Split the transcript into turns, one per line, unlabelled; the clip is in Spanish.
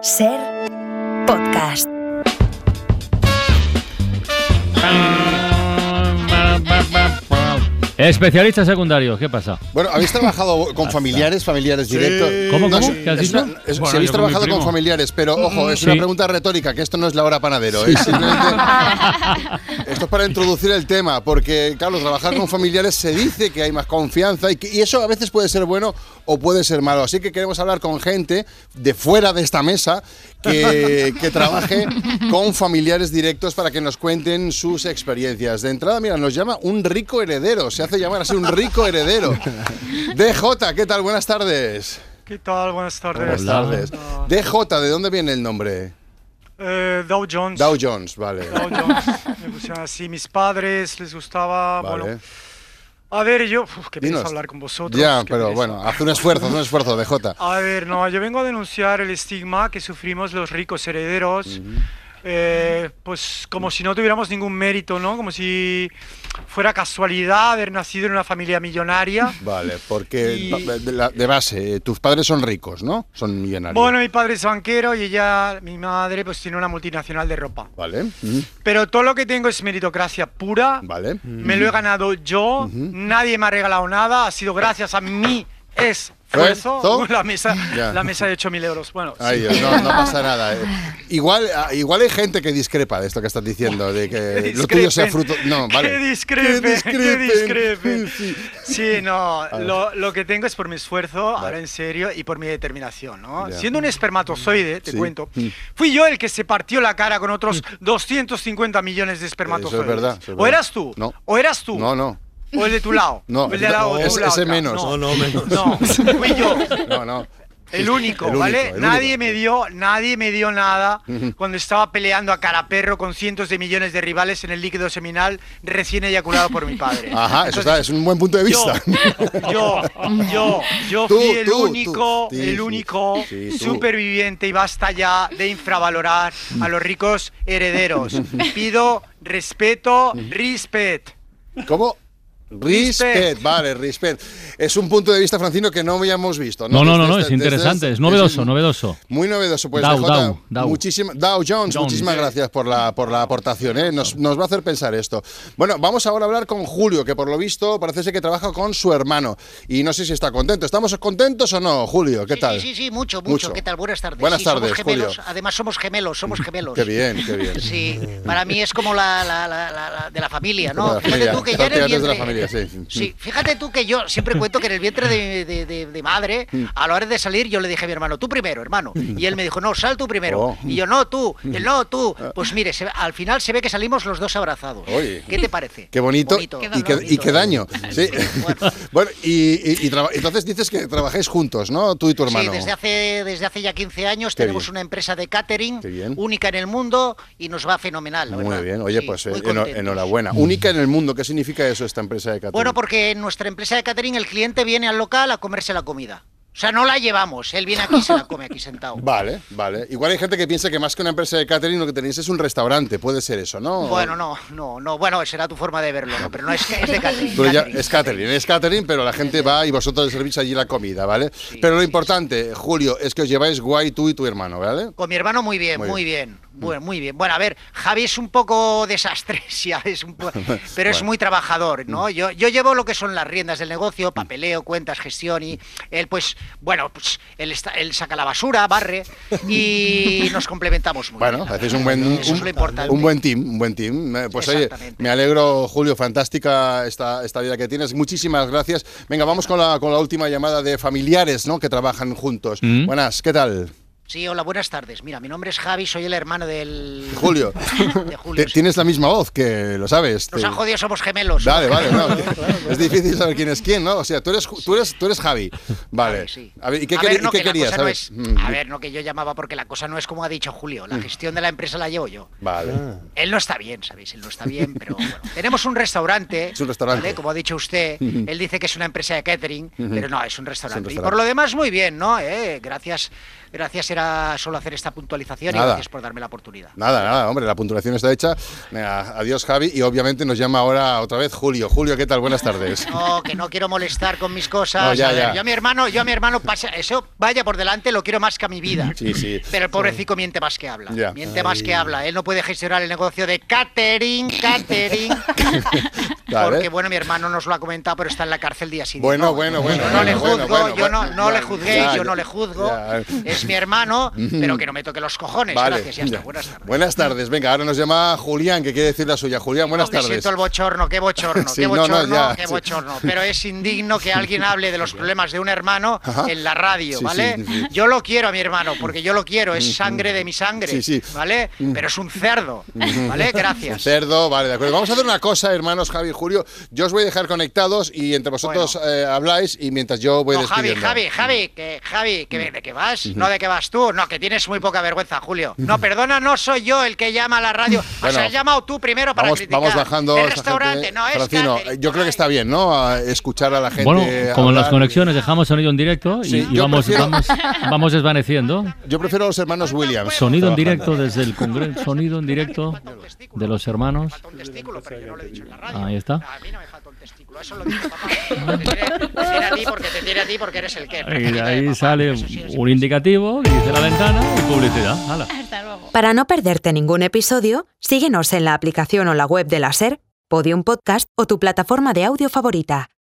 Ser podcast.
Especialistas secundarios, ¿qué pasa?
Bueno, ¿habéis trabajado con familiares, familiares directos?
¿Cómo, cómo?
es-
¿Qué has
es
dicho?
una- es-
Bueno, yo
si habéis
con mi
trabajado con
primo.
familiares, pero ojo, es
Sí.
una pregunta retórica, que esto no es la hora panadero. es simplemente- esto es para introducir el tema, porque, claro, trabajar con familiares se dice que hay más confianza y, que- y eso a veces puede ser bueno o puede ser malo. Así que queremos hablar con gente de fuera de esta mesa que, que trabaje con familiares directos para que nos cuenten sus experiencias. De entrada, mira, nos llama un rico heredero, se hace llamar así un rico heredero. DJ, ¿qué tal? Buenas tardes.
¿Qué tal? Buenas tardes.
Buenas tardes. DJ, ¿de dónde viene el nombre?
Eh, Dow Jones.
Dow Jones, vale.
Dow Jones. Me pusieron así. Mis padres les gustaba.
Vale.
Bueno, a ver, yo. uf, qué
Dinos.
pereza hablar con vosotros.
Ya,
qué
pero
pereza.
bueno, haz un esfuerzo, haz un esfuerzo, DJ.
A ver, no, yo vengo a denunciar el estigma que sufrimos los ricos herederos. eh, pues como si no tuviéramos ningún mérito, ¿no? Como si fuera casualidad haber nacido en una familia millonaria.
Vale, porque
Y-
pa- de, la- de base, eh, tus padres son ricos, ¿no? Son millonarios.
Bueno, mi padre es banquero y ella, mi madre, pues tiene una multinacional de ropa.
Vale, ujú,
Pero todo lo que tengo es meritocracia pura.
vale.
Me lo he ganado yo, nadie me ha regalado nada, ha sido gracias a mi
¿Esfuerzo?
esfuerzo. La mesa,
Ya.
la mesa de 8.000 euros. Bueno, sí.
Ay, Dios, no, no pasa nada. eh. Igual, ah, igual hay gente que discrepa de esto que estás diciendo, de que eh, lo tuyo sea
discrepen.
fruto. No, vale.
Que discrepen, que discrepen.
Sí, sí.
Sí, no, lo, lo que tengo es por mi esfuerzo, ahora en serio, y por mi determinación, ¿no?
Ya.
Siendo un espermatozoide, te
Sí. Mm.
cuento, fui yo el que se partió la cara con otros 250 millones de espermatozoides.
verdad, eso es
¿O
verdad.
eras tú?
No.
¿O eras tú?
No, no.
¿O el de tu lado?
No,
¿O el de la
no,
o de
es-
tu lado
ese
otra?
menos.
No,
No,
no, menos. No, fui yo.
No, no.
El único,
El único,
¿vale?
el único.
nadie me dio, nadie me dio nada cuando estaba peleando a cara perro con cientos de millones de rivales en el líquido seminal recién eyaculado por mi padre.
Ajá, eso
Entonces,
está, es un buen punto de
yo,
vista.
yo, yo, yo
Tú,
fui el
tú, tú.
único,
Sí, sí.
el único
Sí, tú.
superviviente y basta ya de infravalorar a los ricos herederos. Pido respeto, respect.
¿Cómo?
Respect.
Respect, vale, respect. Es un punto de vista, Francino, que no habíamos visto.
No, no, no,
Desde- este,
no, es
desde-
interesante,
desde-
es novedoso,
es
novedoso.
Muy novedoso, pues
Dow,
DJ,
Dow, Dow.
muchísima- Dow Jones,
Jones.
muchísimas gracias por la, por la aportación, ¿eh? nos, nos va a hacer pensar esto. Bueno, vamos ahora a hablar con Julio, que por lo visto parece ser que trabaja con su hermano y no sé si está contento. ¿Estamos contentos o no, Julio? ¿Qué
sí,
tal?
Sí, sí, sí, mucho, mucho,
Mucho.
¿Qué tal? Buenas tardes.
Buenas
Sí,
tardes,
somos gemelos.
Julio. Mm,
Además, somos gemelos, somos gemelos.
Qué bien, qué bien.
Sí, para mí es como la, la- la- la- la de la familia,
Como
¿no?
la
fíjate
familia,
tú que ya en el
prácticamente
vientre.
es de la familia, sí.
fíjate tú que yo siempre cuento que en el vientre de, de- de- de madre, a la hora de salir, yo le dije a mi hermano, tú primero, hermano. Y él me dijo, no, sal tú primero.
Oh. Ah.
Y yo, no, tú, y él, no, tú. Pues mire, se- al final se ve que salimos los dos abrazados.
Oye.
¿Qué te parece?
Qué bonito,
Bonito.
y, qué, y qué daño. Sí. Bueno, y, y- y traba- entonces dices que trabajáis juntos, ¿no? Tú y tu hermano.
Sí, desde hace, desde hace ya 15 años
Qué
tenemos
bien.
una empresa de catering
Qué bien.
única en el mundo y nos va fenomenal. la
Muy
verdad.
bien, oye,
Sí,
pues
muy
eh, eno-
contentos.
enhorabuena. Única en el mundo, ¿qué significa eso esta empresa de catering?
Bueno, porque en nuestra empresa de catering el cliente viene al local a comerse la comida. O sea, no la llevamos, él viene aquí y se la come aquí sentado.
Vale, vale. Igual hay gente que piensa que más que una empresa de catering lo que tenéis es un restaurante, puede ser eso, ¿no?
Bueno, no, no, no, bueno, será tu forma de verlo, ¿no? pero no es, es de catering.
Tú ya-
catering.
es catering, es catering, pero la gente va y vosotros le servís allí la comida, ¿vale? pero lo importante, Julio, es que os lleváis guay tú y tu hermano, ¿vale?
Con mi hermano muy bien,
Muy
muy, bien. Bueno, muy bien. Bueno, a ver, Javi es un poco desastre, sí, es un po- pero es
Bueno. Mm.
muy trabajador, ¿no? Yo, yo llevo lo que son las riendas del negocio, papeleo, cuentas, gestión y él pues, bueno, pues él, está- él saca la basura, barre y nos complementamos muy
Bueno,
bien.
hacéis un buen, un,
Eso es lo importante.
un buen team, un buen team. Eh, Pues oye,
Exactamente.
me alegro, Julio, fantástica esta, esta vida que tienes. Muchísimas gracias. Venga, vamos con la, con la última llamada de familiares, ¿no? Que trabajan juntos.
Mm.
Buenas, ¿qué tal?
Sí, hola, buenas tardes. Mira, mi nombre es Javi, soy el hermano del...
Julio.
De
Te-
Julio. sí.
Tienes la misma voz, que lo sabes.
Nos
Te-
han jodido, somos gemelos.
Vale, vale, no, Es difícil saber quién es quién, ¿no? O sea, tú eres, Ju- tú eres, tú eres Javi. Vale.
Javi, sí.
A ver, ¿y qué,
A
queri-
ver, no,
y qué
que la
querías?
cosa
A
no
ver.
es-
Mm,
a ver, no que yo llamaba porque la cosa no es como ha dicho Julio, la gestión de la empresa la llevo yo.
Vale.
Él no está bien, ¿sabéis? Él no está bien, pero bueno. Tenemos un restaurante.
Es un restaurante.
¿vale? Como ha dicho usted, él dice que es una empresa de catering, pero no, es un restaurante. Y
restaurante.
por lo demás, muy bien, ¿no? Eh, gracias Gracias era solo hacer esta puntualización y
Nada.
gracias por darme la oportunidad.
Nada, nada, hombre, la puntuación está hecha. Venga, adiós, Javi. Y obviamente nos llama ahora otra vez Julio. Julio, ¿qué tal? Buenas tardes.
No, que no quiero molestar con mis cosas.
No, ya,
A ver,
ya.
Yo a mi hermano, yo a mi hermano pasa eso, vaya por delante, lo quiero más que a mi vida.
Sí, sí.
Pero el pobrecito miente más que habla.
Ya.
Miente más que habla. Él no puede gestionar el negocio de catering, catering.
Claro,
Porque
¿eh?
bueno, mi hermano nos lo ha comentado, pero está en la cárcel día sin
Bueno,
día.
bueno, bueno,
Yo no le
bueno,
juzgo,
bueno,
yo no,
bueno,
no le
ya,
juzguéis,
ya,
yo no le juzgo.
ya.
Es mi hermano, pero que no me toque los cojones.
Vale,
Gracias, ya está.
ya.
Buenas tardes.
Buenas tardes. Venga, ahora nos llama Julián, que quiere decir la suya. Julián, buenas
Me
tardes.
siento el bochorno, qué bochorno,
Sí,
qué
no, no,
bochorno,
ya,
qué
sí.
bochorno. Pero es indigno que alguien hable de los problemas de un hermano
Ajá.
en la radio,
Sí,
¿vale?
sí, sí.
Yo lo quiero a mi hermano, porque yo lo quiero, es sangre de mi sangre,
Sí, sí.
¿vale? Pero es un cerdo, ¿vale? Gracias.
Cerdo, vale, de acuerdo. Vamos a hacer una cosa, hermanos Javi y Julio. Yo os voy a dejar conectados y entre vosotros eh, habláis y mientras yo voy
No, Javi,
despidiendo.
Javi, Javi, que, Javi, que, ¿de qué vas? No, ¿de qué vas tú? No, que tienes muy poca vergüenza, Julio. No, perdona, no soy yo el que llama a la radio. o
Bueno,
sea, has llamado tú primero para
Vamos,
criticar.
vamos bajando.
El
esa
restaurante,
gente.
no, es ¿eh?
Francino,
catering,
yo creo que
ay.
está bien, ¿no? A escuchar a la gente.
Bueno, como en las
hablar.
conexiones dejamos sonido en directo y-
Sí,
y,
yo
vamos,
prefiero-
vamos, vamos desvaneciendo.
Yo prefiero a los hermanos Williams.
Sonido en
Trabajando.
directo desde el Congreso, sonido en directo
Falta un testículo.
de los hermanos.
Falta un testículo, pero yo no lo he dicho en la radio.
Ahí está.
A mí no me falta un testículo, eso lo dice papá. Te tiene, te tiene a ti porque te tiene a ti porque eres el que.
Y de
Papá,
ahí sale
eso sí es-
un indicativo, que dice la ventana y publicidad. Hala.
Hasta luego.
Para no perderte ningún episodio, síguenos en la aplicación o la web de la SER, Podium Podcast o tu plataforma de audio favorita.